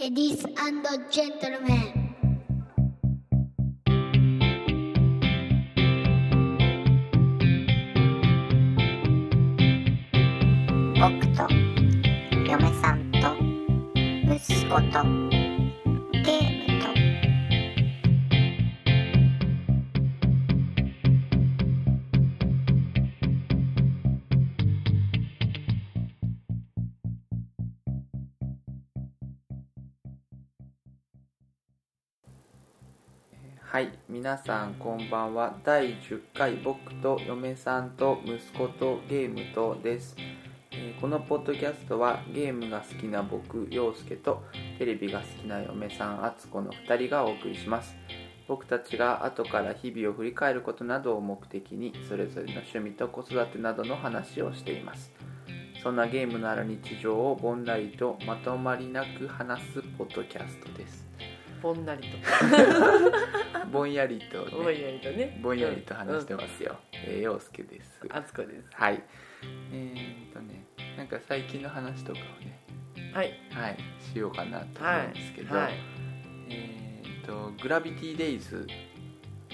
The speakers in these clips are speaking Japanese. Ladies and gentlemen. 僕と嫁さんと息子とゲームとはい、皆さんこんばんは。第10回僕と嫁さんと息子とゲームとです。えーこのポッドキャストはゲームが好きな僕陽介とテレビが好きな嫁さん敦子の2人がお送りします。僕たちが後から日々を振り返ることなどを目的にそれぞれの趣味と子育てなどの話をしています。そんなゲームのある日常をぼんなりとまとまりなく話すポッドキャストです。ぼんなりとぼんやりと、ね、ぼんやりと ねぼんやりと話してますよ。えー、陽介です。あつこではい。えー、っとね、なんか最近の話とかをね、すはいはい、しようかなと思はうんいですけど、はいえー、っと、グラビティデイズ、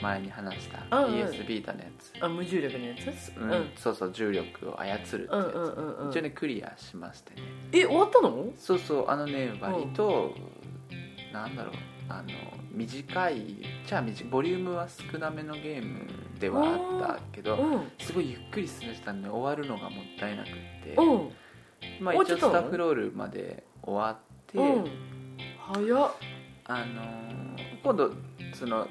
前に話したうんうん ES ビータのやつ、あ無重力のやつうんそうそう、重力を操るってうんやうつ。んうんうん一応ね、クリアしましてね。え終わったのそうそう、あのね、割と、なんだろう、あの、短いじゃあ短いボリュームは少なめのゲームではあったけどうんすごいゆっくり進めてたんで終わるのがもったいなくって、うんまあ、終わっ一ちゃ応ったスのタッフロールまで終わって、うん早っあのー今度その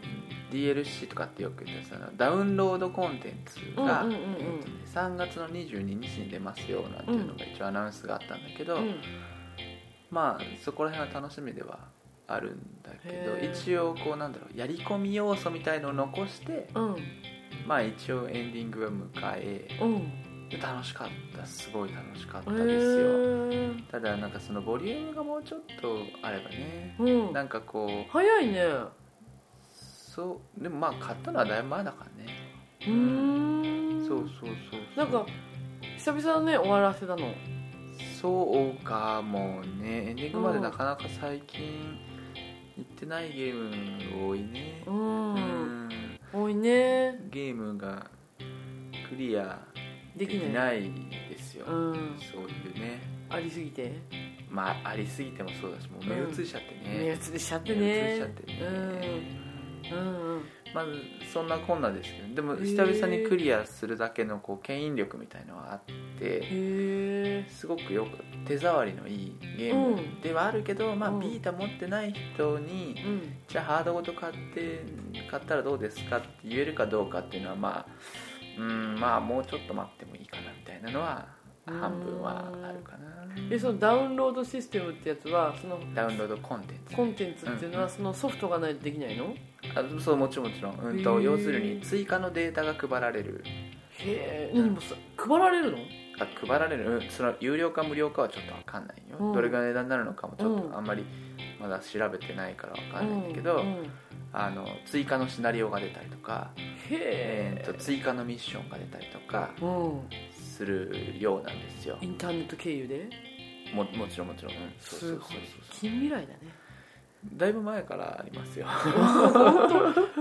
DLC とかってよく言ったそのダウンロードコンテンツが、うんうんうんうんえーとね3月の22日に出ますよなんていうのが一応アナウンスがあったんだけど、うんまあそこら辺は楽しみではあるんだけどへー一応こうなんだろうやり込み要素みたいのを残してうんまあ一応エンディングを迎えうん楽しかったすごい楽しかっえたですよ、ーただなんかそのボリュームがもうちょっとあればねうんなんかこう早いねうそうでもまあ買ったのはだいぶ前だからねーんそうそうそうそうなんか久々ね終わらせたのそうかもねエンディングまでなかなか最近行ってないゲーム多いねううん多いねゲームがクリアででききないないですようんそういうねありすぎてまあありすぎてもそうだしもう目移しちゃって目移ね、りしちゃって目移ねしちゃってね、うんうんまずそんなこんなですけどでも久々にクリアするだけのこう牽引力みたいのがあってへえすごくよく手触りのいいゲームではあるけど、まあ、うんビータ持ってない人にうんじゃあハードごと買って買ったらどうですかって言えるかどうかっていうのはまあうんまあもうちょっと待ってもいいかなみたいなのは半分はあるかなえそのダウンロードシステムってやつはそのダウンロードコンテンツコンテンツっていうのうはんそのソフトがないとできないのあそうもちろんもちろん、うんへと、ー要するに追加のデータが配られるへえ何もさ配られるのあ配られるうんその有料か無料かはちょっと分かんないよ、うんどれぐらいの値段になるのかもちょっうんとあんまりまだ調べてないから分かんないんだけど、うんうんあの追加のシナリオが出たりとか、えへーと追加のミッションが出たりとかえうんするようなんですよインターネット経由でももちろんもちろん、うんそうそうそうそう近未来だねだいぶ前からあります よ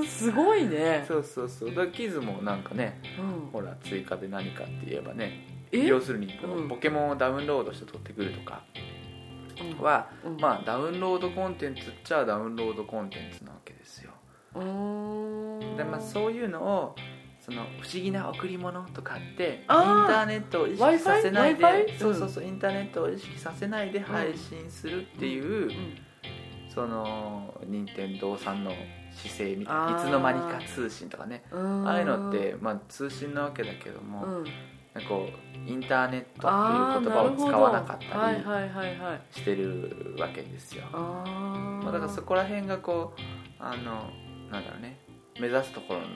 すごいねそうそうそうだからキズもなんかねうんほら追加で何かって言えばねえ要するにこううんポケモンをダウンロードして取ってくるとかうんはうんまあダウンロードコンテンツっちゃダウンロードコンテンツなわけですようーんで、まあ、そういうのをその不思議な贈り物とかってインタあーーネットを意識させない Wi-Fi？でそうそうそうインターネットを意識させないで配信するっていうう、んその任天堂さんの姿勢みたいあなーいつの間にか通信とかねうんああいうのって、まあ、通信なわけだけどうも、んなんかこうインターネットっていう言あー葉を使わなかっなたるりほどはいはいはいはいしてるわけですよ。あーまあ、だからそこら辺がこうあのなんだろうね目指すところの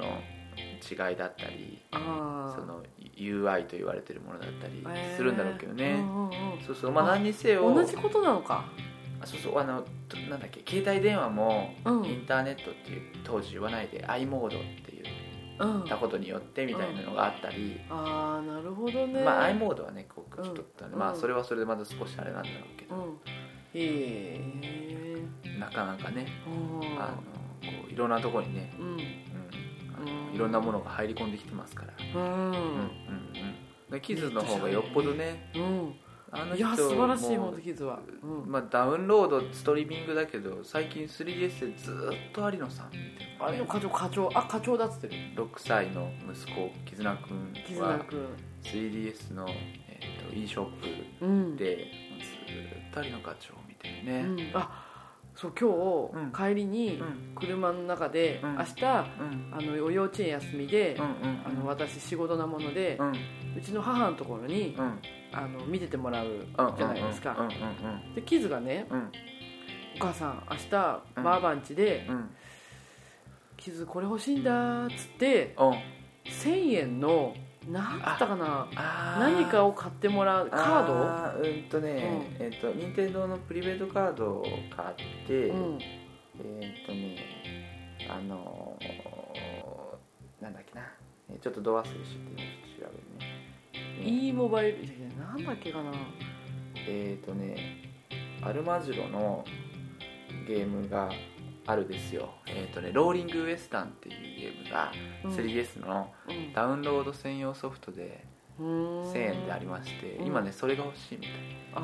違いだったりあーその UI と言われてるものだったりえーするんだろうけどね、うんうんそうそうまあ何にせようん同じことなのかあそうそうあのとなんだっけ携帯電話もうんインターネットっていう当時言わないで i モードって言うんったことによってみたいなのがあったり、ああなるほどねまあ、i モードはねこううんちょっと、まあそれはそれでまだ少しあれなんだろうけうど、んへえなかなかねうんあのこういろんなところにね、うんうんあうのんいろんなものが入り込んできてますから、ううんんうん、キズの方がよっぽどねうんあのいや素晴らしいもホうントキズはうんまあ、ダウンロードストリーミングだけど最近 3DS でずっと有野さんっていうのあがねれの課長課長あ課長だっつってる6歳の息子絆くん絆はくん 3DS の、えっと e ショッうんプでずっと有野課長を見てるうねんあそう今日帰りにうん車の中でうん明日うんあのお幼稚園休みでうんうんあの私仕事なものでうんうんうちの母のところにうんあの見ててもらううんじゃないですうんかうんでキズがねうん「お母さん明日ばあばんちでうんうんキズこれ欲しいんだ」っつってうん1000円の何だったかなあー何かを買ってもらうカーあーうんとね、えっと任天堂のプリベートカードを買って、ドうんえーっとねあのーなんだっけなえちょっとド忘れして今ちょっと調べるね e モバイルいやいやなんだっけかなえーっ、とねアルマジロのゲームがあるですよえーっ、とねローリングウエスタンっていうゲームがうん 3DS のうんダウンロード専用ソフトでうーん1000円でありましてうん今ねそれが欲しいみたいあう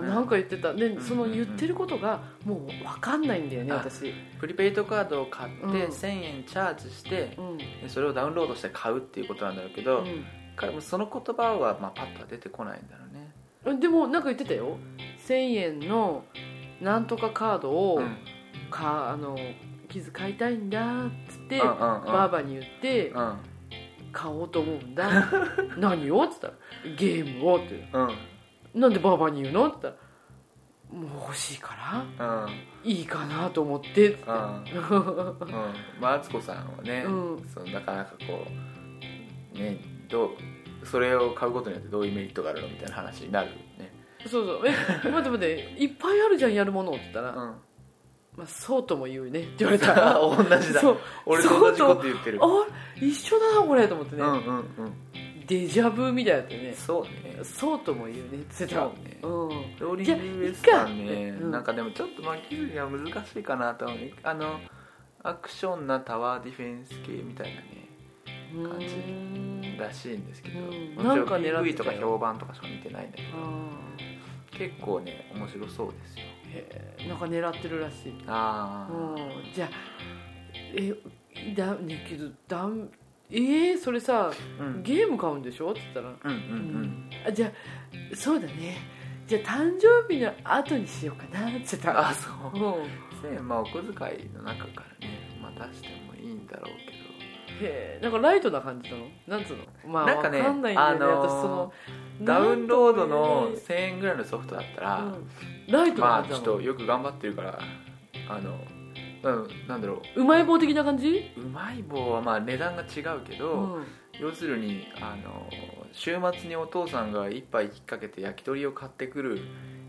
ーんなんか言ってたでんその言ってることがもう分かんないんだよねあ私プリペイトカードを買ってうん1000円チャージしてうんでそれをダウンロードして買うっていうことなんだろうけど、かその言葉はまあパッとは出てこないんだろうねうんでもなんか言ってたよ1000円のなんとかカードをうんかあの傷買いたいんだっつってうんうんうんばあばに言ってうん買おうと思うんだ 何をっつったらゲームをってうんなんでばあばに言うのって言ったらもう欲しいからうんいいかなと思ってっつってうんうんまあ敦子さんはね、うんそのなかなかこうねどうそれを買うことによってどういうメリットがあるのみたいな話になるねそうそうえ待って待っていっぱいあるじゃんやるものって言ったら、うんまあ、そうとも言うねって言われた ら同じだそう俺と同じこと言ってるあ一緒だなこれと思ってうんね、うんうんデジャブみたいだったよねそうねそうとも言うねって言ってたそうねうんローリングウエスタンじゃあいねっかうんなんかでもちょっとまあ切るには難しいかなとは思うあのアクションなタワーディフェンス系みたいなね感じうーんらしいんですけど、うんもちなろんか狙ってたよ PV とか評判とかしか見てないんだけどあ結構ね面白そうですよーへーなんか狙ってるらしい、ああうん、じゃあえだねけどだんえー、それさうんゲーム買うんでしょって言ったらうんうんあじゃあそうだねじゃあ誕生日の後にしようかなって言ってたあそううん1000円まあお小遣いの中からねまあ出してもいいんだろうけへえなんかライトな感じなのなんつうのまあなんわかねかんないんだよね、あのー私そのどダウンロードのなんとも1000円ぐらいのソフトだった言えら、ないうんライトなまあ感じちょなっの、とよく頑張ってるからあのうんなんだろうまい棒的な感じううまい棒はまあ値段が違うけど、うん要するにあの週末にお父さんが一杯引っ掛けて焼き鳥を買ってくる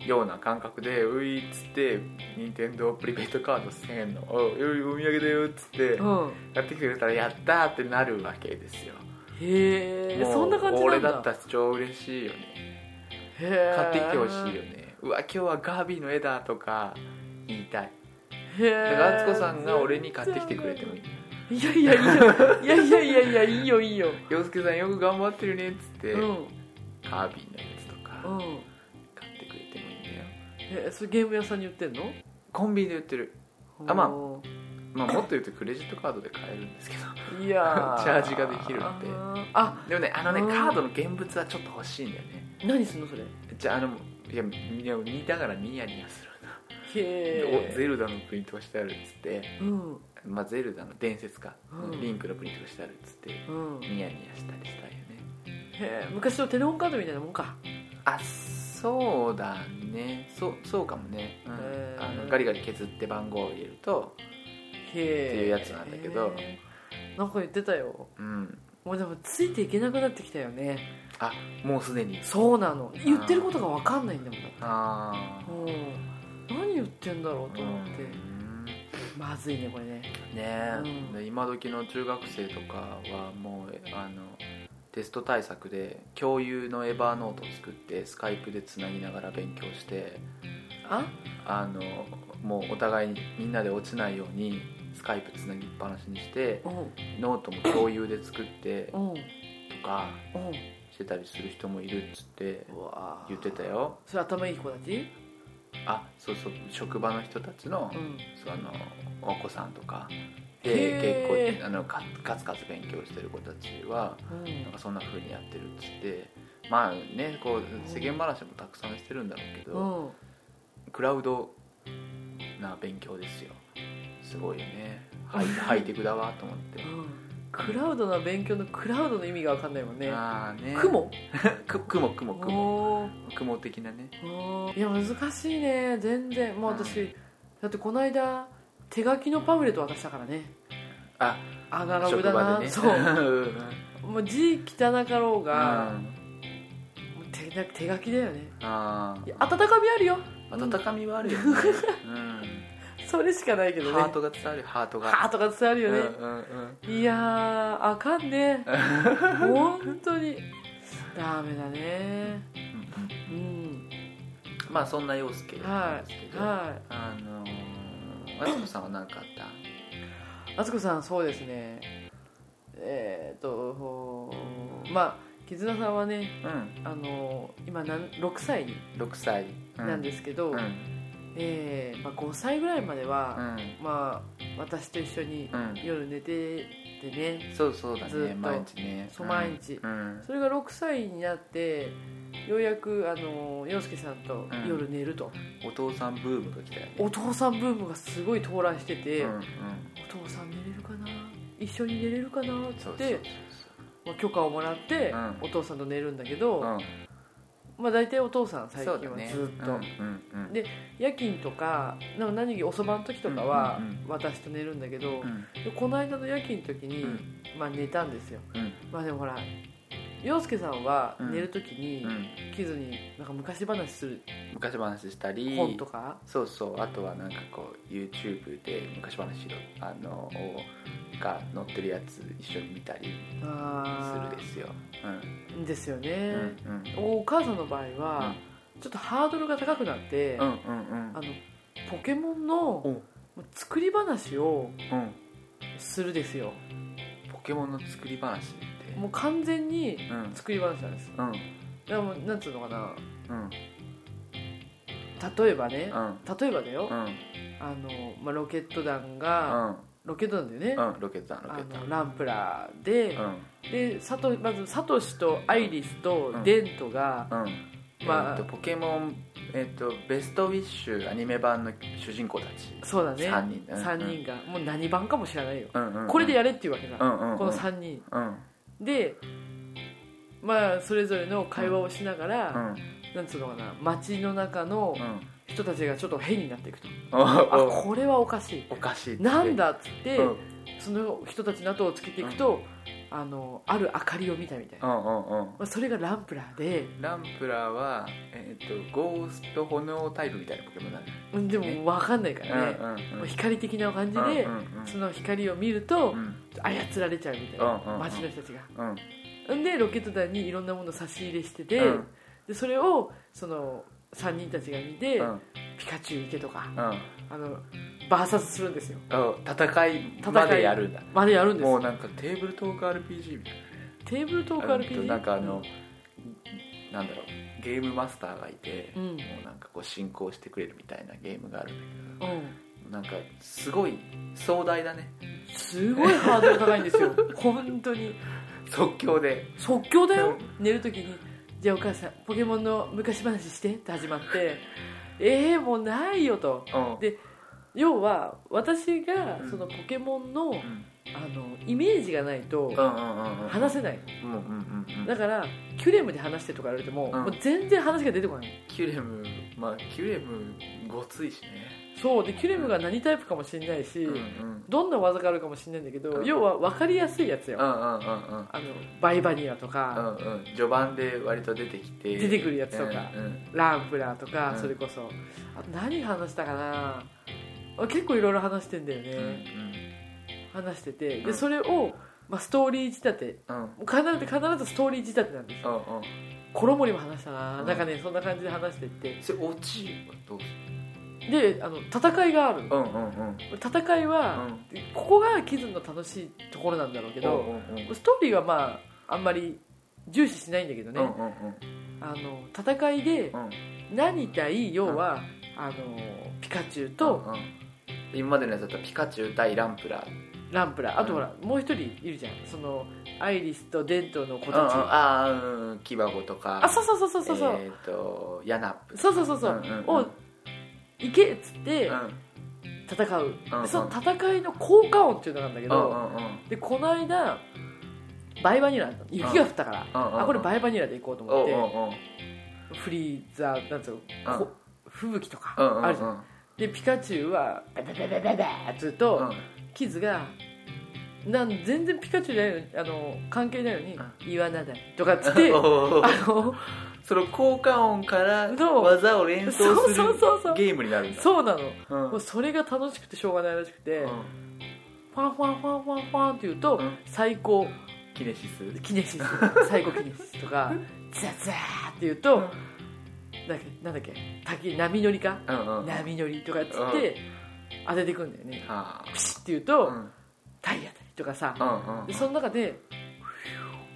ような感覚で「うい」っつって任天堂プリペイトカード1000円の「おういお土産だよ」っつってうんやってきてくれたら「やった!」ってなるわけですよへえもうそんな感じなん俺だだったら超嬉しいよねへー買ってきてほしいよねうわ今日はガービーの絵だとか言いたいへえだから敦子さんが俺に買ってきてくれてもいいいやいやいやいやいやいやいやいいよいいよ洋介さんよく頑張ってるねっつって、うんガービーのやつとうか買ってくれてんもいいんだよえそれゲーム屋さんに売ってんのコンビニで売ってるあまあおー まあ、もっと言うとクレジットカードで買えるんですけどいやーチャージができるんであーあでもねあのねうんカードの現物はちょっと欲しいんだよね何すんのそれへじゃああのいやいや見ながらニヤニヤするな、おゼえルダのプリントがしてあるっつって、うんまあ、ゼルダの伝説か、うんリンクのプリントがしてあるっつってうんニヤニヤしたりしたいよねへー昔のテレホンカードみたいなもんかあそうだねそうそうかもね、うんへーあのガリガリ削って番号を入れるとへえっていうやつなんだけどなんか言ってたようんもうでもついていけなくなってきたよねあもうすでにそうなの言ってることが分かんないんだもんだってああうん何言ってんだろうと思って、まずいねこれねねえ、うんで今時の中学生とかはもうあのテスト対策で共有のエバーノートを作ってスカイプでつなぎながら勉強してああのもうお互いにみんなで落ちないようにスカイプつなぎっぱなしにしてうんうんノートも共有で作ってうんとかしてたりする人もいるっつってうわー言ってたよそれ頭いい子たちあそうそう職場の人たちの,、うんそのお子さんとかへでー結構あのカカツカツ勉強してる子たちはうんなんかそんな風にやってるっつってまあねこう世間話もたくさんしてるんだろうけうど、んクラウドな勉強ですよすごいよねハイハイテクだわと思ってクラウドの勉強のクラウドの意味が分かんないもんねああね雲く雲雲雲おー雲的なねおーいや難しいね全然もう私、だってこの間手書きのパンフレット渡したからねあアナログ職だ場な、でねそんうもう字汚かろううが、んもう手な手書きだよねあいやあ温かみあるよ温かみはある よね、うんそれしかないけどねハートが伝わるよハートがハートが伝わるよね、うんうんうんいやーあかんね本当にダメだねうんまあそんな陽介なんですけど、はいあのー、あつこさんは何かあったあつこさんそうですねえっ、とまあ絆さんはねうんあの今なん6歳6歳なんですすけど、うんえーまあ、5歳ぐらいまでうは、ん、まあ、私と一緒にうん夜寝ててねそうそうだねずっと毎日ねそう毎日うんそれが6歳になってようやくあの陽介さんと夜寝ると、お父さんブームが来たよねお父さんブームがすごい到来してて、うんうんお父さん寝れるかな一緒に寝れるかなっつそうっそうそてうまあ、許可をもらって、うんお父さんと寝るんだけど、そううんまあ、大体お父さん最近そはうだねずっと、うんうんうんで夜勤とかなんか何気おそばの時とかはうんうん私と寝るんだけど、うんでこの間の夜勤の時に、うんまあ、寝たんですようんまあでもほら洋介さんはうん寝る時に、うんキズになんか昔話する昔話したり本とかそうそうあとはなんかこう YouTube で昔話のあのが載ってるやつ一緒に見たりあするですよ、うんーですようんね、うん、お母さんの場合は、ちょっとハードルが高くなって、うんうあんうんのポケモンおの作り話をうんするですよポケモンの作り話ってもう完全にうん作り話なんですうんでもうなんつうのかなうん例えばね、うん例えばだよ、うんあのまあ、ロケット弾が、ロケット弾だよね、うんうんロケットだロケあットのランプラで,、うでサトまずサトシとアイリスとうんデントが、んうんまあえっとポケモンえっとベストウィッシュアニメ版の主人公たちそうだね三人うん三人が、もう何番かも知らないよ、うんうんうんこれでやれっていうわけだ、うんうんうんこの3人うんでまあそれぞれの会話をしながら、うんなんつうのかな街の中のうん人たちがちょっと変になっていくと、おあおこれはおかしいおかしいっつってなんだっつって、うんその人たちの後をつけていくと、あのある明かりを見たみたいな、うんうんうんまあ、それがランプラーでランプラは、えっとゴースト炎タイプみたいなポケモンだね。うんでも分かんないからね、うんうんまうあん光的な感じで、うんうんその光を見ると、うん操られちゃうみたいな、うんうんうん街の人たちがうんんでロケット弾にいろんなものを差し入れしてて、うんでそれをその3人たちが見て、うんピカチュウ行けとかうんあのバーサスするんですよあ戦いまでやるんだまでやるんですもうよなんかテーブルトーク RPG みたいテーブルトークなうんと RPG なんかあうのん、なんだろうゲームマスターがいて、うんもうなんかこう進行してくれるみたいなゲームがあるんだうんけどなんかすごい壮大だねすごいハードル高いんです よ本当に即興で即興だよ寝る時に「じゃあお母さんポケモンの昔話して」って始まって「えー、もうないよ」とうんで要は私がうんそのポケモンのうんあのイメージがないとうんうんうんうん話せないうんうんうんうんだからキュレムで話してとか言われても,、んもう全然話が出てこないキュレムまあキュレムごついしねそうでキュレムが何タイプかもしれないし、うんうんどんな技があるかもしれないんだけど、うん要は分かりやすいやつよ、うんうんうんうんあのバイバニアとか、うんうん序盤で割と出てきて出てくるやつとかうんうんランプラーとか、うんそれこそあと何話したかなあ結構いろいろ話してんだよね、うん話しててで、うんそれを、まあ、ストーリー仕立てうんもう必ず必ずストーリー仕立てなんですうよんうん衣にも話したな、うんなんかねそんな感じで話してってそれ落ちはどうするであの戦いがあるのうんうんうん戦いは、ここがキズの楽しいところなんだろうけうんど、うんうんストーリーはまああんまり重視しないんだけどね、うんうんうんあの戦いでうん何対要は、あのピカチュウとうんうん今までのやつだったらピカチュウ対ランプラーランプラあとうんほら、もう一人いるじゃんそのアイリスとデントの子うたんち、うんああうんうんキバゴとかあそうそうそうそうそうそう、えっとヤナップそうそうそうそう、うんうんうんを行けっつってうん戦う、うんうんでその戦いの効果音っていうのがあるんだけうど、んうんうんでこの間バイバニラ雪が降ったから、うんうんうんあこれバイバニラで行こうとお思っうて、おうフリーザーなんつうの、こ吹雪とかおううんうんうんあるじゃん、でピカチュウは「ベベベベベベ」っつうと、うんキズがなん全然ピカチュウじゃないのにあの関係ないのに「言わなだ」とかっつっておあうおうのその効果音からそう技を連想するそうそうそうそうゲームになるんだそうなの、うんもうそれが楽しくてしょうがないらしくて、ファンファンファンファンファンって言うと、うん最高キネシス記念シス最後記念シスとかザザーって言うと、うんなんだっけなんだっけ滝波乗りか、うんうんは波乗りとかっつって、当ててくんだよねあピシッて言うと、うん体当たりとかさ、うんうんでその中で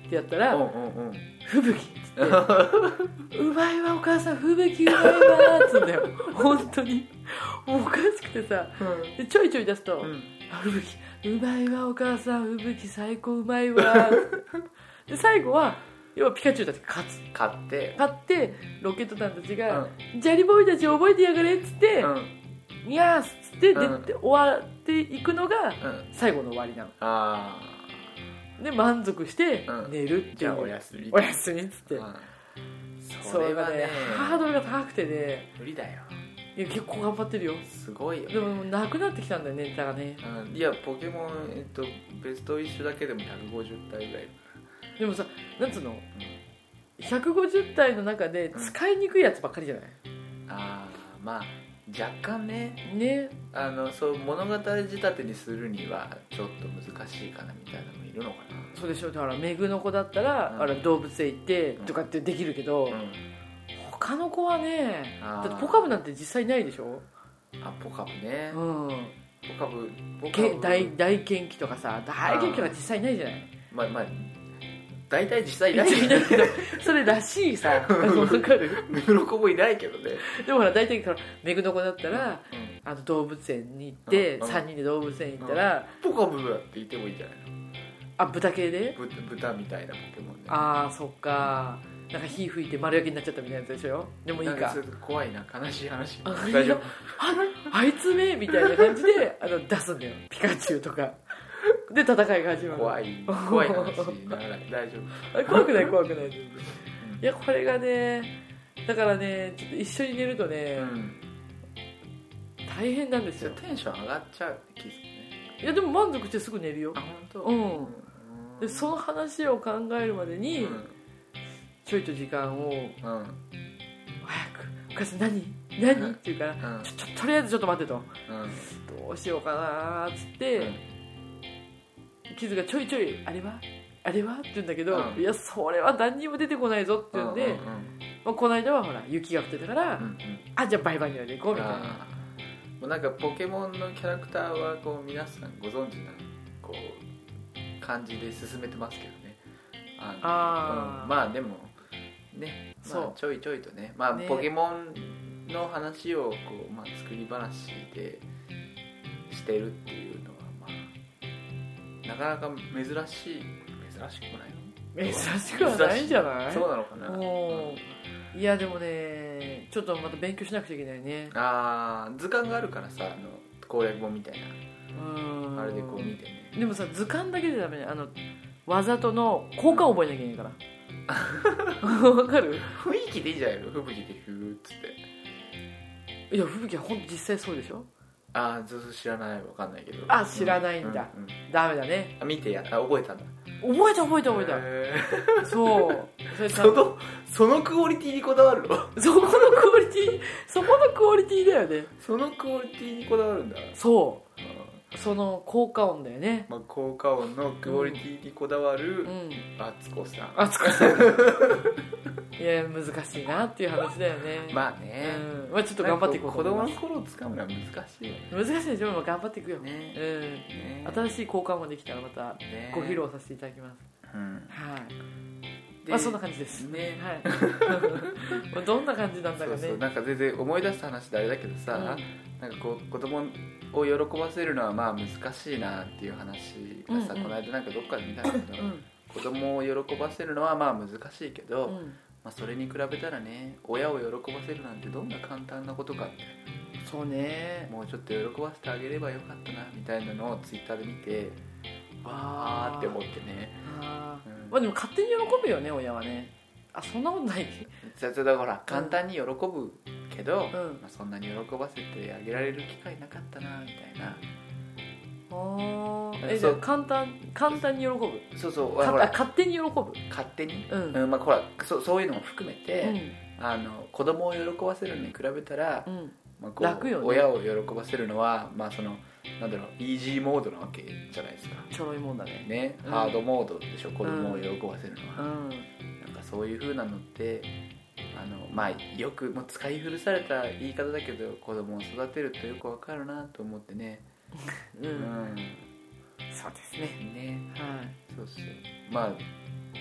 フィューってやったらうんうんうん「吹雪」っ つって「うまいわお母さん吹雪うまいわ」っつうんだよ本当にもうおかしくてさでちょいちょい出すと「うんあ吹雪うまいわお母さん吹雪最高うまいわ」 で最後は要はピカチュウたちが勝つ買って勝ってロケット団たちうがん「ジャリボーイたち覚えてやがれ」っつってうん「ニャース」っつってうん出て終わっていくのうがん最後の終わりなのあで満足してうん寝るーってじいゃうあおやすみおやすみっつってうんそそれれはがねねハードルが高くてね無理だよいや結構頑張ってるよすごいよでももうなくなってきたんだよねネタがねうんいやポケモンえっとベストウィッシュだけでも150体ぐらいでもさなんつうの150体の中で使いにくいやつばっかりじゃないああまあ若干ねねあのそう物語仕立てにするにはちょっと難しいかなみたいなのもいるのかそうでしょだからメグの子だったら、うんあら動物園行ってとかってできるけど、な、うん、他の子はねあだーってポカブなんて実際ないでしょ、あポカブねう、ん、ポカブポカけブ大大研究とかさ大研究が実際ないじゃないまあまあ大体実際いないけ実 際どないけどそれらしいさわ かる目黒子もいないけどね、 でもほら大体からメグの子だったら、うんあの動物園に行って、うん3人で動物園行ったら、ポカブだっていてもいいんじゃないのあ豚系でぶ豚みたいなポケモンでああそっかなんか火吹いて丸焼きになっちゃったみたいなやつでしょでもいいなんかかちょっと怖いな悲しい話あ大丈夫あいつめみたいな感 じであの出すんだよピカチュウとかで戦いが始まる怖い怖い話なら大丈夫あれ怖くない怖くない全然いやこれがねだからねちょっと一緒に寝るとね、うん大変なんですじゃよあテンション上がっちゃう気づくねいやでも満足してすぐ寝るよあ本当うんんでその話を考えるまでうに、んちょいと時間をうん早く「お母さん何何?」って言うからうん「ちょちょとりあえずちょっと待って」とうん「どうしようかな」っつって、キズがちょいちょい「あれはあれは?」って言うんだけど、うんいやそれは何にも出てこないぞって言うんで、うんうんまあ、この間はほら雪が降ってたから「うんうんあじゃあバイバイにはで行こう」みたいなあーもうなんかポケモンのキャラクターはこう皆さんご存知なこう感じで進めてますけどねあのあーうんまあでもね、まそあう、ちょいちょいとね,、まあ、ねポケモンの話をこう、まあ、作り話でしてるっていうのは、まあ、なかなか珍しい珍しくもないの珍しくはないんじゃないそうなのかなもういやでもねちょっとまた勉強しなくちゃいけないねあー図鑑があるからさあの攻略本みたいうんなあれでこう見てねでもさ図鑑だけでダメねあのわざとの効果を覚えなきゃいけないからわかる雰囲気でいいじゃないの吹雪でふーっつっていや吹雪は本当実際そうでしょああずっと知らないわかんないけどあ知らないんだううダメだねあ見てやあ覚えたんだ覚えた覚えた覚えた、へ そうそれーちゃそんとのそのクオリティにこだわるのそこのクオリティそこのクオリティだよねそのクオリティにこだわるんだそうんその効果音だよねまあ、効果音のクオリティにこだわうるん敦子さん、敦子 さんいや難しいなっていう話だよねまあね、うんまあ、ちょっと頑張っていこうと子供思いの頃をつかむのは難しいよます難しいでしょでも頑張っていくよ、ねうねん、新しい交換もできたらまたねご披露させていただきます、うんはいでまあそんな感じですねはいま あどんな感じなんだそかうねそうなんか全然思い出した話であれだけどさ、なんかこう子供を喜ばせるのはまあ難しいなっていう話がさ、うんうんこの間なんかどっかで見たんだけど、うんうん子供を喜ばせるのはまあ難しいけど、うんまあ、それに比べたらね親を喜ばせるなんてどんな簡単なことかってそうねもうちょっと喜ばせてあげればよかったなみたいなのをツイッターで見てあーって思ってねあーうんまあでも勝手に喜ぶよね親はねあそんなことないじゃあだから簡単に喜ぶけど、うんまあ、そんなに喜ばせてあげられる機会なかったなみたいなああえじゃあそう簡単簡単に喜ぶそうそうかほあら勝手に喜ぶ勝手に、うんうんまあ、ほらそそういうのも含めうて、んあの子供を喜ばせるのに比べたら、うんまあこう楽よね親を喜ばせるのは、まあ、そのなんだろうイージーモードなわけじゃないですか、ちょろいもんだねねうんハードモードでしょ子供を喜ばせるのは、うんなんかそういう風なのってあのまあよくもう使い古された言い方だけど子供を育てるってよくわかるなと思ってねううんんそうですねねはいそうそうまあ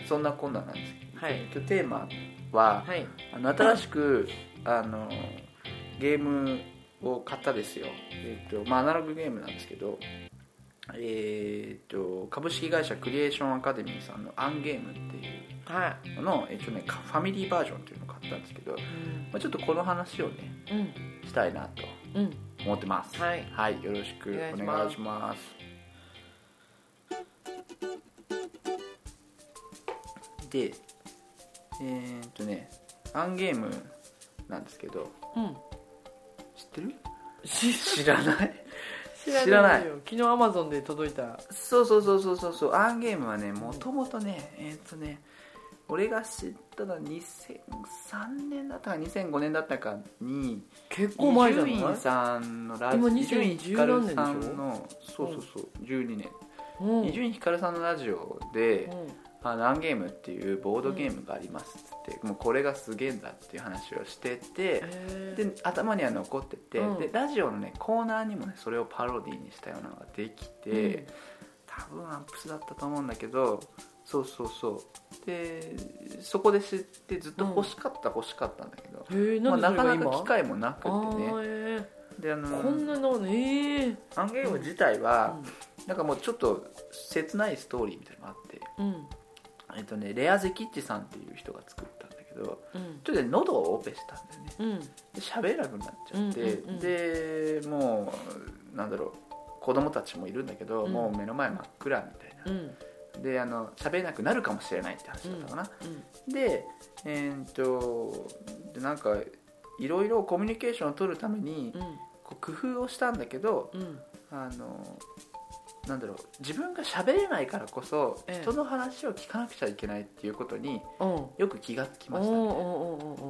そんなこんななんですけど、はい今日テーマは、はいあの新しくあのゲームを買ったですよえっ、とまあアナログゲームなんですけどえっ、と株式会社クリエーションアカデミーさんの「アンゲーム」っていうはのの、えっとね、かファミリーバージョンっていうのを買ったんですけど、まいうんあ、ちょっとこの話をねうんしたいなとうん思ってますはいよろしくおお願願いいししまますすでえー、っとねアンゲームなんですけどうん知ってるし知らない知知ららなないいよ昨日アマゾンで届いたそうそうそうそうそうそうアンゲームはねもともとねえー、っとね俺が知ったのは2003年だったか2005年だったかに結構前伊じ集ゃない院さんのラジ今オ2010伊集院光さん何年でしのそうそうそう12年うん伊集院光さんのラジオでうん「あのアンゲーム」っていうボードゲームがありますっつってもうこれがすげえんだっていう話をしててへーで頭には残っててうんでラジオのねコーナーにもねそれをパロディにしたようなのができて多分アンプスだったと思うんだけどそうそうそうでそこで知ってずっと欲しかった欲しかったんだけどへーまなあんでなかそれがな今か機会もなくあてねーへであのーこんなのねえーアンゲーム自体は、なんかもうちょっと切ないストーリーみたいなのもあって、うんえっとね、レアゼキッチさんっていう人が作ったんだけどうんちょっとね喉をオペしたんだよねうんで喋れなくなっちゃって、うんうんうんでもうなんだろう子供たちもいるんだけど、うんもう目の前真っ暗みたいうんうな、んであの喋れなくなるかもしれないって話だったかな、でえーっとでなんかいろいろコミュニケーションを取るためにうんこう工夫をしたんだけど、うんあのなんだろう自分が喋れないからこそええ人の話を聞かなくちゃいけないっていうことにうんよく気がつきましおたおおお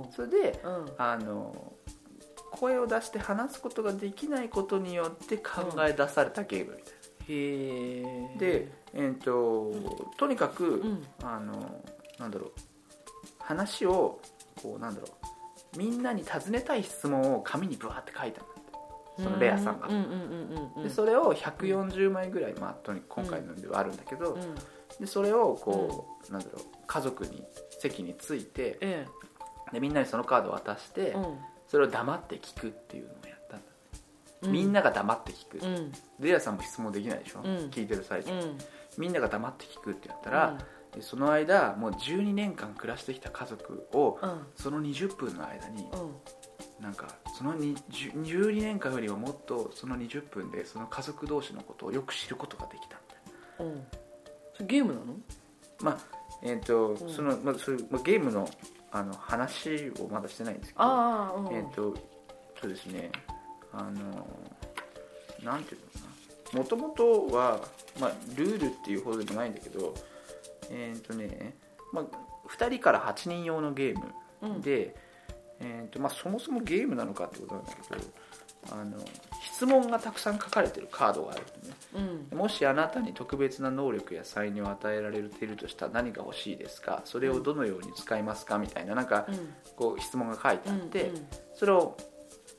おそれでうんあの声を出して話すことができないことによって考え出されたゲームみたいへな、えで、えー、ととにかく、うんあのなんだろう話をこうなんだろうみんなに尋ねたい質問を紙にぶわって書いたんだってそのレアさんがうんうんうんうんでそれを140枚ぐらい、まあ、とに今回のではあるんだけど、うんでそれをこう、なんだろう家族に席についてえでみんなにそのカードを渡して、えそれを黙って聞くっていうのをやったんだ、うみんなが黙って聞く、うんレアさんも質問できないでしょ、うん聞いてる最中、うんみんなが黙って聞くってやったら、でその間もう12年間暮らしてきた家族をうんうんその20分の間にうんなんかそのに10 12年間よりももっとその20分でその家族同士のことをよく知ることができたんだうんそれゲームなのまあえっ、と、んその、まあ、そういうまあゲームのあの話をまだしてないんですけどああうんえっ、とそうですねあのなんていうのかなもともとは、まあ、ルールっていうほどでもないんだけどえっ、とね、まあ、2人から8人用のゲームで、えーとまあ、そもそもゲームなのかってことなんだけどあの質問がたくさん書かれてるカードがあるんでねうんもしあなたに特別な能力や才能を与えられているとしたら何が欲しいですかそれをどのように使いますかみたいななんかうんこう質問が書いてあって、うんそれを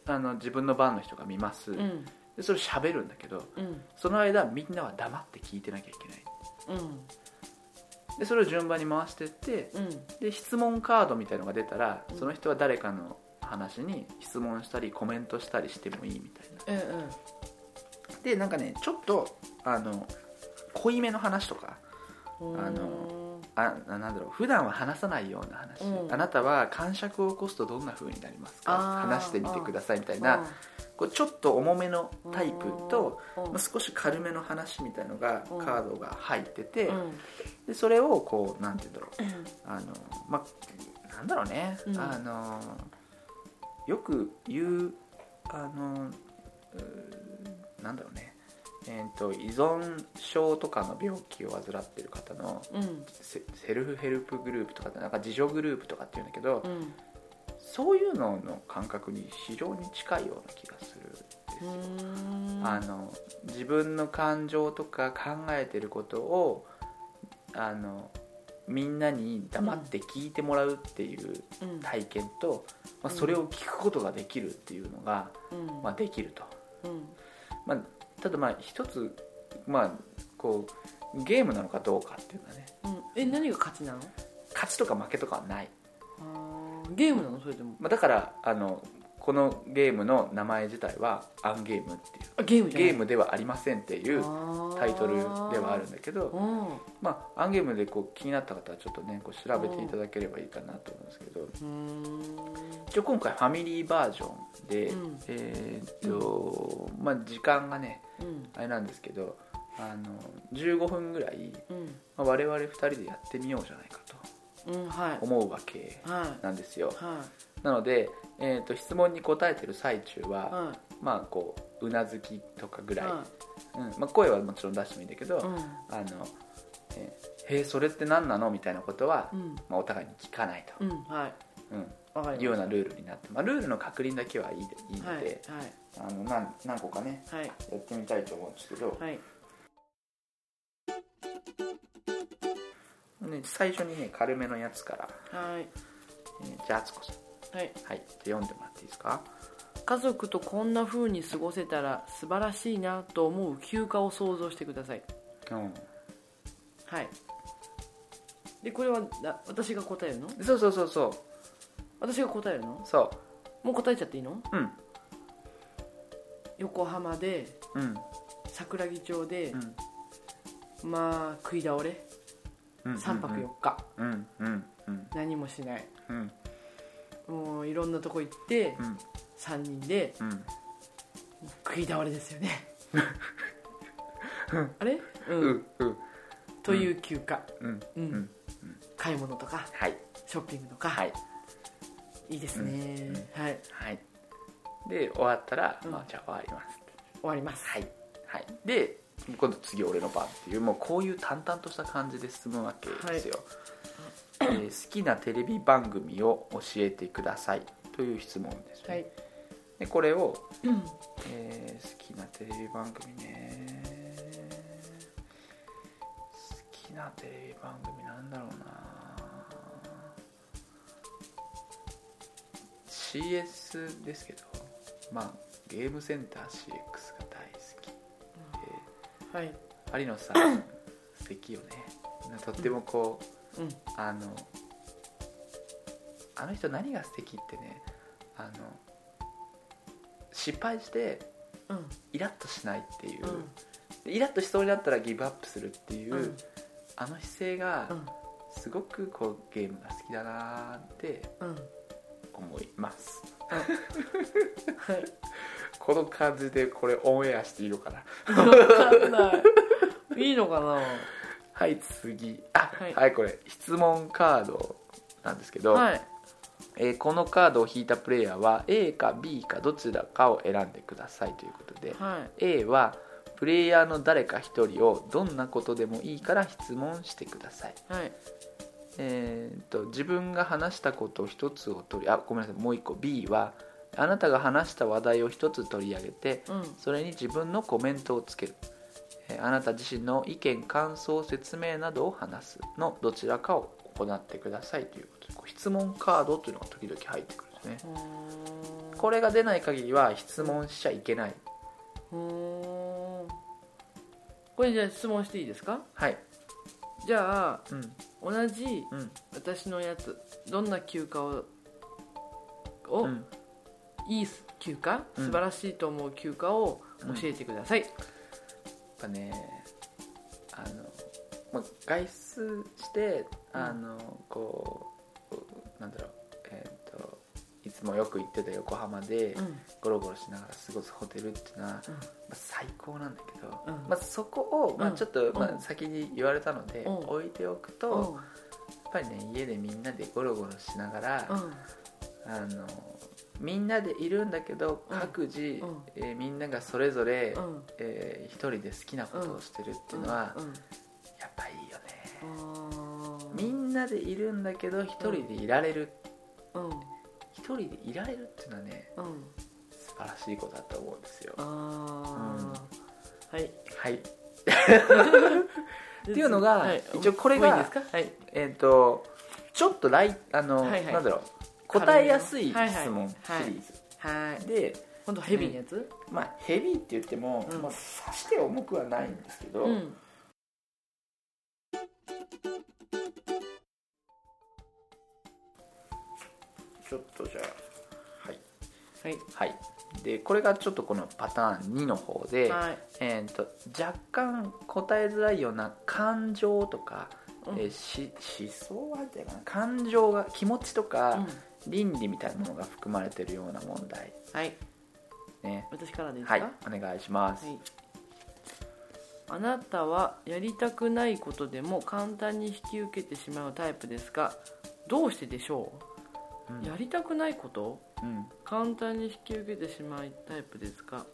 あの自分の番の人が見ます、うんでそれを喋るんだけどうんその間みんなは黙って聞いてなきゃいけないうんでそれを順番に回してってうんで質問カードみたいのが出たらうんその人は誰かの話に質問したりコメントしたりしてもいいみたいなうんうんでなんかねちょっとあの濃いめの話とかうんあのあななんだろう普段は話さないような話、うんあなたは感触を起こすとどんな風になりますかあー話してみてくださいみたいなこうちょっと重めのタイプと、うんまあ少し軽めの話みたいのがカうんードが入ってて、うんでそれをこうなんて言うんだろうあのまあなんだろうね、うんあのよく言うあのうーなんだろうねえー、と依存症とかの病気を患っている方のうんセセルフヘルプグループとかってなんか自助グループとかっていうんだけど、うんそういうのの感覚に非常に近いような気がするんですうよ、んあの自分の感情とか考えてることをあのみんなに黙って聞いてもらうっていううん体験と、まあ、うんそれを聞くことができるっていうのが、うんまあ、できると、うんまあ、ただまあ一つ、まあ、こうゲームなのかどうかっていうのはねうんえ何が勝ちなの勝ちとか負けとかはない、あーゲームなのそれでもまあ、だからあのこのゲームの名前自体は「アンゲーム」っていうあゲームじゃなゲいームではありませんっていうムタイトルではあるんだけどうんまあ、アンゲームでこう気になった方はちょっとねこう調べていただければいいかなと思うんですけどうん一応今回ファミリーバージョンで、うんえーっとまあ時間がねうんあれなんですけどあの15分ぐらい、うんまあ、我々2人でやってみようじゃないかうんはと思うわけいはなんですよいは、なので、えーっと質問に答えてる最中はいはまあこううなずきとかぐいらい、はうんまあ、声はもちろん出してもいいんだけど、いあのえーへえそれって何なの?」みたいなことは、うんまあ、お互いに聞かないと。うんうんはいうんわかりましたいうようなルールになって、まあ、ルールの確認だけはいいでいいのはいで、あの何何個かねはいやってみたいと思うんですけど、はいはいね、最初にね軽めのやつから、はいえーじゃあ敦子さん、はいはい、じゃあ読んでもらっていいですか家族とこんな風に過ごせたら素晴らしいなと思う休暇を想像してくださいうんはいでこれはな私が答えるのそうそうそうそう私が答えるのそもう答えちゃっていいのううん横浜でうん桜木町でう、んまあ食い倒れうん3泊4日、うんうんうん何もしないうんもういろんなとこ行って、うん3人でうん食い倒れですよねあれ、うんうんうんという休暇、うんうんん買い物とかはいショッピングとか、、はいいいですね、はいはいで終わったら、うんまあ、じゃあ終わります終わりますはい、はい、で今度次俺の番っていうもうこういう淡々とした感じで進むわけですよ、えー好きなテレビ番組を教えてくださいという質問ですね、はいでこれを、えー好きなテレビ番組ね好きなテレビ番組なんだろうな CS ですけどまあゲームセンター CX が大好きで、はい有野さん 素敵よねとってもこう、うんあのあの人何が素敵ってねあの失敗してうんイラッとしないっていう、うんでイラッとしそうになったらギブアップするっていう、うんあの姿勢がうんすごくこうゲームが好きだなーってうん思いますはいこの感じでこれオンエアしていいのかな分かんないいいのかなはい次あは、はいいこれ質問カードなんですけど、はいえーこのカードを引いたプレイヤーは A か B かどちらかを選んでくださいということで、は A はプレイヤーの誰か1人をどんなことでもいいから質問してください、いはいえー、と自分が話したこと1つを取りあごめんなさいもう1個 B はあなたが話した話題を一つ取り上げてうんそれに自分のコメントをつけるえーあなた自身の意見感想説明などを話すのどちらかを行ってくださいということでこう質問カードというのが時々入ってくるんですねこれが出ない限りは質問しちゃいけないうんこれじゃあ質問していいですかはいじゃあうん同じうん私のやつどんな休暇をうを、んいい休暇うん素晴らしいと思う休暇を教えてください、やっぱねあの、まあ、外出してあの、こうなんだろうえっ、といつもよく行ってた横浜でうんゴロゴロしながら過ごすホテルっていうのは、まうんあ、最高なんだけど、うんまあ、そこを、まあ、うんちょっと、まうあ、ん先に言われたので、うん置いておくと、うやっぱりんね家でみんなでゴロゴロしながら、うんあのみんなでいるんだけどうん各自、うんえーみんながそれぞれ、うんえー一人で好きなことをしてるっていうのは、うんやっぱいいよねうんみんなでいるんだけど一人でいられるうん一人でいられるっていうのはねうん素晴らしいことだと思うんですよあーはいはいってていうのが一応これがいいですかはいえっ、とちょっとライあの、はいはいなんだろう答えやすい質はいはい問シはいリーズ、はいで、今度ヘビーなやつ、まあ、ヘビーって言っても、うんまあ、さして重くはないんですけど、うんちょっとじゃあはいはいはいでこれがちょっとこのパターン2の方で、はいえー、と若干答えづらいような感情とか、うんえーし思想はあってかな感情が気持ちとうかん、倫理みたいなものが含まれてるような問題はいね私からでいいですかはいお願いします、はいあなたはやりたくないことでも簡単に引き受けてしまうタイプですがどうしてでしょう、うんやりたくないことうん簡単に引き受けてしまうタイプですか、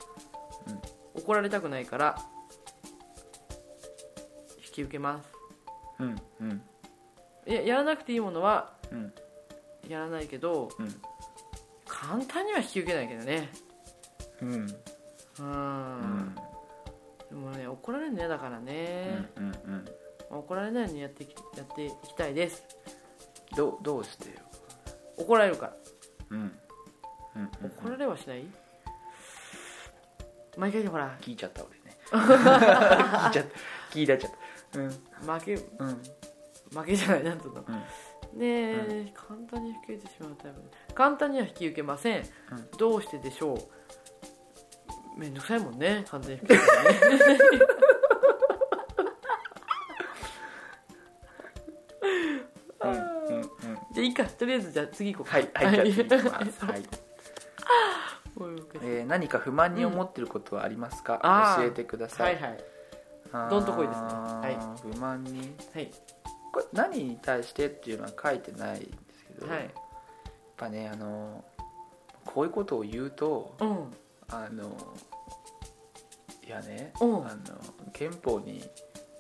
うん怒られたくないから引き受けますうんうんいややらなくていいものはうんやらないけどうん簡単には引き受けないけどねうんうんううんんでもね怒られるの嫌だからね、うんうん怒られないようにやっていきやっていきたいですどうどうしてよ、怒られるからうんうんうん怒られはしない、毎回ほら聞いちゃった俺ね聞いちゃった聞いたちゃったうん負けうん負けじゃないなんつうの、うんねえ、簡単に引き受けてしまうタイプ簡単には引き受けません、うんどうしてでしょうめんどくさいもんね簡単に引き受けてね うんうんうんじゃあいいかとりあえずじゃあ次行こうかはいはいじゃあ次いきます、はい もうよくえー何か不満に思ってることはありますか、あー教えてくださはいいはいあーどんとこいですね不満にはいこれ何に対してっていうのは書いてないんですけど、はいやっぱねあのこういうことを言うとうんあのいやね、うんあの憲法に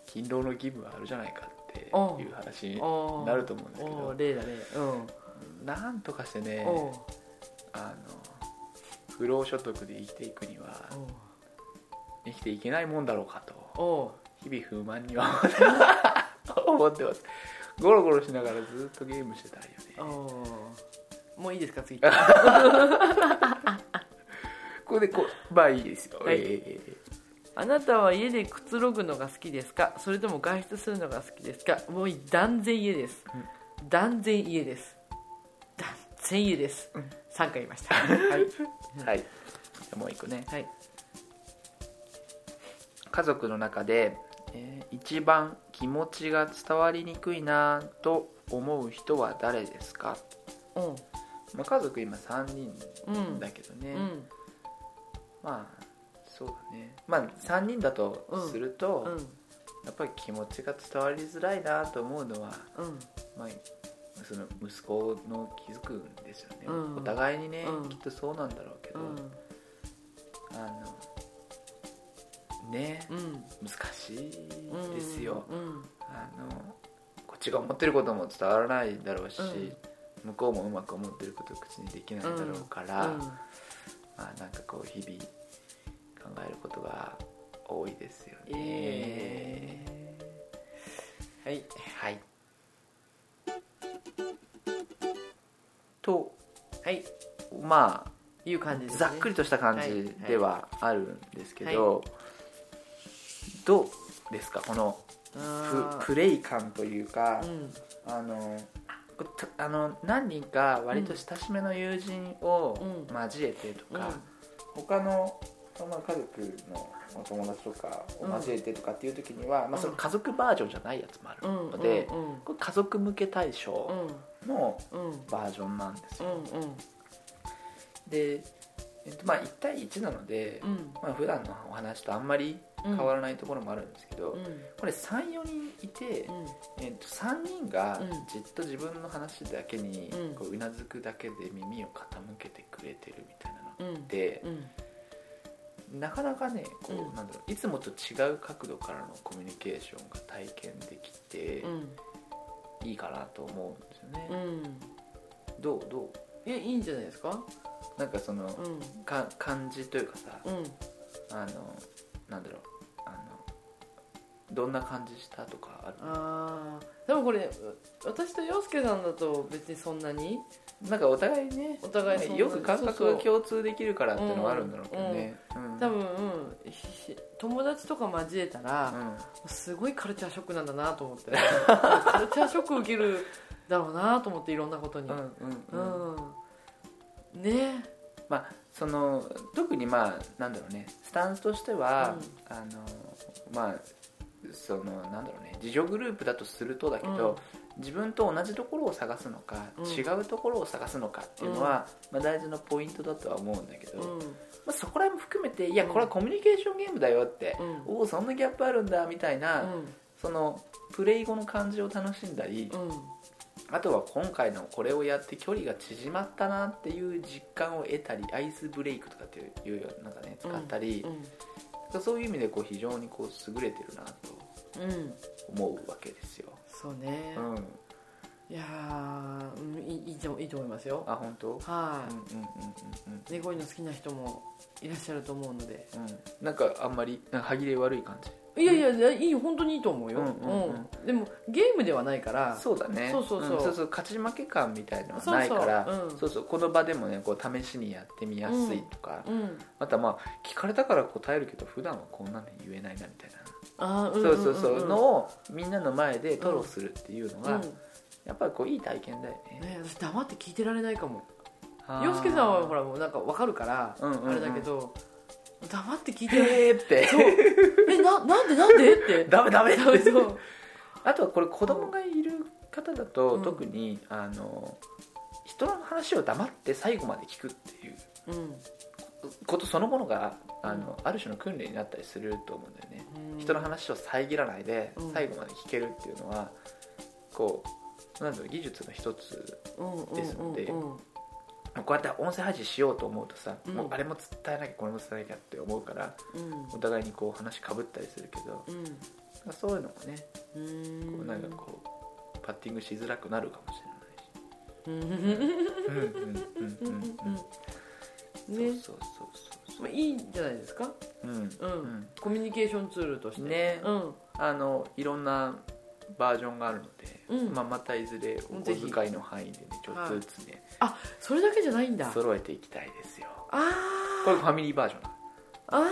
勤労の義務はあるじゃないかっていう話におーなると思うんですけおどー例だねうんなんとかしてねおーあの不労所得で生きていくには生きていけないもんだろうかと。おーお日々不満には思ってますゴロゴロしながらずっとゲームしてたいーよねおーもういいです か次これでこうまあいいですよ、はいえーあなたは家でくつろぐのが好きですかそれとも外出するのが好きですかもう断然家です、断然家です断然家です、3回言いました ははい、はい、じゃあもう一個ねい家族の中で、えー一番気持ちが伝わりにくいなと思う人は誰ですか、うまあ、家族今3人んうんだけどね、うんまあそうだねまあ3人だとすると、うんやっぱり気持ちが伝わりづらいなと思うのはうんまあ、その息子の気づくんですよね、うんお互いにね、うんきっとそうなんだろうけうど、んあのねうん難しうんいですよ、うんあのこっちが思ってることも伝わらないだろうし、うん向こうもうまく思ってることを口にできないだろうから、うんまあなんかこう日々考えることが多いですよね、えーはいはいとはいまあいう感じです、ね、ざっくりとした感じではあるんですけど、どうですかこのあププレイ感というかー、うんあのこたあの何人か割と親しめの友人をうん交えてとか、うん他の、まあ、家族のお友達とかを交えてとかっていう時には、まあ、その家族バージョンじゃないやつもあるうんので、うんうんこれ家族向け対う象んのうんバージョンなんですうよ。んうんで、えっと、まあ1対1なので、うんまあ普段のお話とあんまり変わらないところもあるんですけど、うんこれ34人いて、うんえっと、3人がうんじっと自分の話だけにうんこううなずくだけで耳を傾けてくれてるみたいなのうんでうんなかなかねこうんうなんだろういつもと違う角度からのコミュニケーションが体験できてうんいいかなと思うんですよね。うんどうどいやいいんじゃないですかうなんかそのうんか感じというかさうんあのなんだろうあのどんな感じしたとかあるあーでもこれう私と洋介さんだと別にそんなになんかお互いねお互いそんなよく感覚そうがそう共通できるからっていうのはあるんだろうけどねうん多分、うんひひ友達とか交えたら、すごいカルチャーショックなんだなと思って カルチャーショック受けるだろうなと思っていろんなことにうんううんうんん、ねまあその特にまあなんだろうねスタンスとしてはあのまあそのなんだろうね自助グループだとするとだけど自分と同じところを探すのかうん違うところを探すのかっていうのはまあ大事なポイントだとは思うんだけうどんまあ、そこら辺も含めていやこれはコミュニケーションゲームだよって、うんおおそんなギャップあるんだみたいうな、んそのプレイ後の感じを楽しんだり、うんあとは今回のこれをやって距離が縮まったなっていう実感を得たりアイスブレイクとかっていうなんかね使ったり、そういう意味でこう非常にこう優れてるなとうん、うん、思うわけですよ。そうね、うん、いやーうんいいいいといいと思いますよあ本当、はうんうんうんうんい、ねこういうの好きな人もいらっしゃると思うのでうんうん、なんかあんまりなんか歯切れ悪い感じいやいやいやいい本当にいいと思うよ、ううんんうんうんでもゲームではないからそうだねそうそうそうんそうそう勝ち負け感みたいのはないからそうそううんそうそうこの場でもねこう試しにやってみやすいとか、うんあとはまあ聞かれたから答えるけど普段はこんなの言えないなみたいな、あーんそうそうそうのをみんなの前でトロするっていうのうんが、やっぱりこういい体験だよねね、私黙って聞いてられないかもあー洋介さんはほらもうなんか分かるから、うんうんうんあれだけど黙って聞いてられないへーってそうえななんでなんでって ダメダメそうそうあとはこれ子供がいる方だと、うん特にあの人の話を黙って最後まで聞くっていううんことそのものがあの、ある種の訓練になったりすると思うんだよね、うん人の話を遮らないでうん最後まで聞けるっていうのは、こうなんだろう技術の一つうんうんうんうんですのでこうやって音声配信しようと思うとさ、うんもうあれも伝えなきゃこれも伝えなきゃって思うからうんお互いにこう話かぶったりするけどそういうのもねうんこうなんかこうパッティングしづらくなるかもしうんれないし、うんうんうんうんうんねそうそうそうそうまあ、いいんじゃないですか、うんうんうんコミュニケーションツールとしてねうんあのいろんなバージョンがあるので、うんまあ、またいずれお小遣いの範囲でねちょっとずつね、あそれだけじゃないんだ揃えていきたいですよあこれファミリーバージョンだあ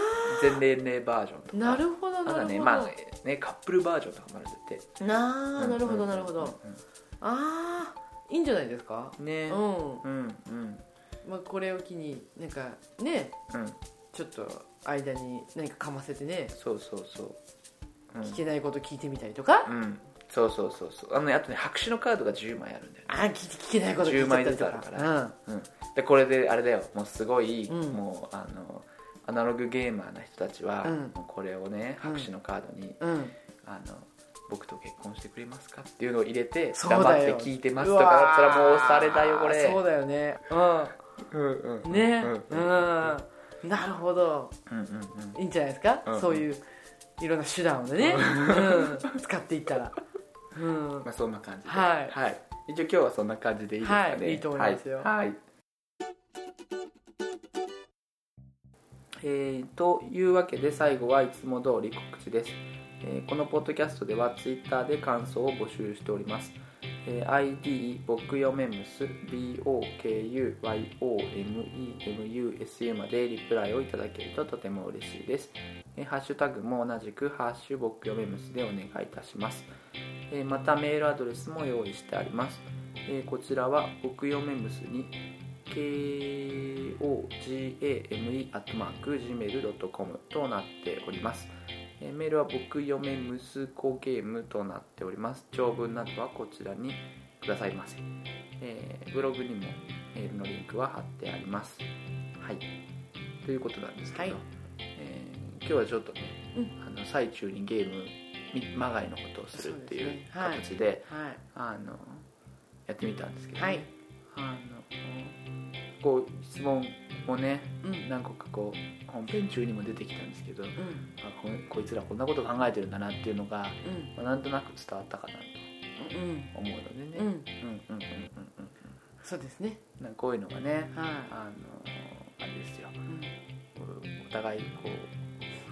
全年齢バージョンとーかなるほどあとなるはほね,、ど、まあ、ねカップルバージョンとかもあるんだってなあなるほうんうんうんどなるほど、ああいいんじゃないですかうんうねん、うんうんまあ、これを機になんかねうんちょっと間に何かかませてねそうそうそううん聞けないこと聞いてみたりとか、うんそうそうそうそうあのねあとね白紙のカードが10枚あるんだよねあー聞いて聞けないこと聞い10枚ずてみつたありるとか、からうん、でこれであれだよもうすごい、うんもうあのアナログゲーマーな人たちは、うんもうこれをねうん白紙のカードに、うん、うん、あの僕と結婚してくれますかっていうのを入れてそう頑張だってよ聞いてますとかだったらもう押されだよこうわーそうれだよねうんううんんねうんう、うんんなるほどうんうんいいんじゃないですか、うんそういういろんな手段をね、うん、使っていったら、うんまあそんな感じではいはい一応今日はそんな感じでいいですかねはいいいと思いますよはいはいえーというわけで最後はいつも通り告知です、えーこのポッドキャストでは Twitter で感想を募集しております、えー ID 僕よめむす BOKUYOMEMUSU までリプライをいただけるととても嬉しいです、えーハッシュタグも同じく「ハッシュ僕よめむす」でお願いいたしますえーまたメールアドレスも用意してあります、えーこちらは僕よめむすに kogame.gmail.com となっておりますえーメールは僕よめむすこゲームとなっております長文などはこちらにくださいませ、えーブログにもメールのリンクは貼ってありますはいということなんですけど、はいえー今日はちょっとね、うあの最中にゲームみまがいのことをするっていう形ではいあのやってみたんですけど、ねはいあのこう質問をねうんうん何個かこう本編中にも出てきたんですけどあここいつらこんなこと考えてるんだなっていうのが、うんまあ、なんとなく伝わったかなうんと思うのでね、うんうん、うんうんうんうんそうですねうんなんかこういうのがねあのはあれですよいうんお互いこう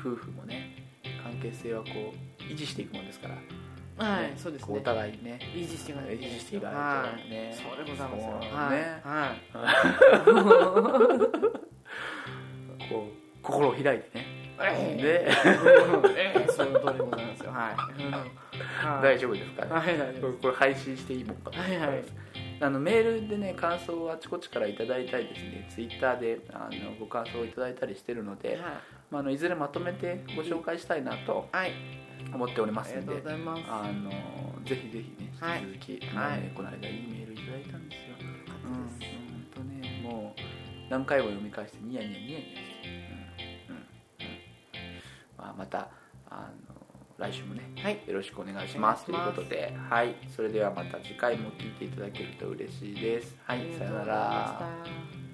夫婦もね関係性はこう維持していくもんですから、はいねそうですこうおね互いね維持していかないと維持していかはないとねいそうでございますよそうねはいこう心を開いてねはい で ええそういう通りでございますよはいうんはい大丈夫ですかねはい大丈夫ですこれこれ配信していいもんかなはいはいあのメールでね感想をあちこちからいただいたりですねツイッターであのご感想をいただいたりしてるので、まあ、あのいずれまとめてご紹介したいなとはい思っておりまあすりがのとうごでざいますあのぜひぜひねはい引き続き、はあいのねこの間いいメールいただいたんですよ、うんうん本当ねもう何回も読み返してニヤニヤニヤニヤして、うんうんうんまあ、またあの来週もねはいよろしくお願いしますお願いしまということすで、はい、それではまた次回も聞いていただけると嬉しいです。はい、さよなら。ありがとうございました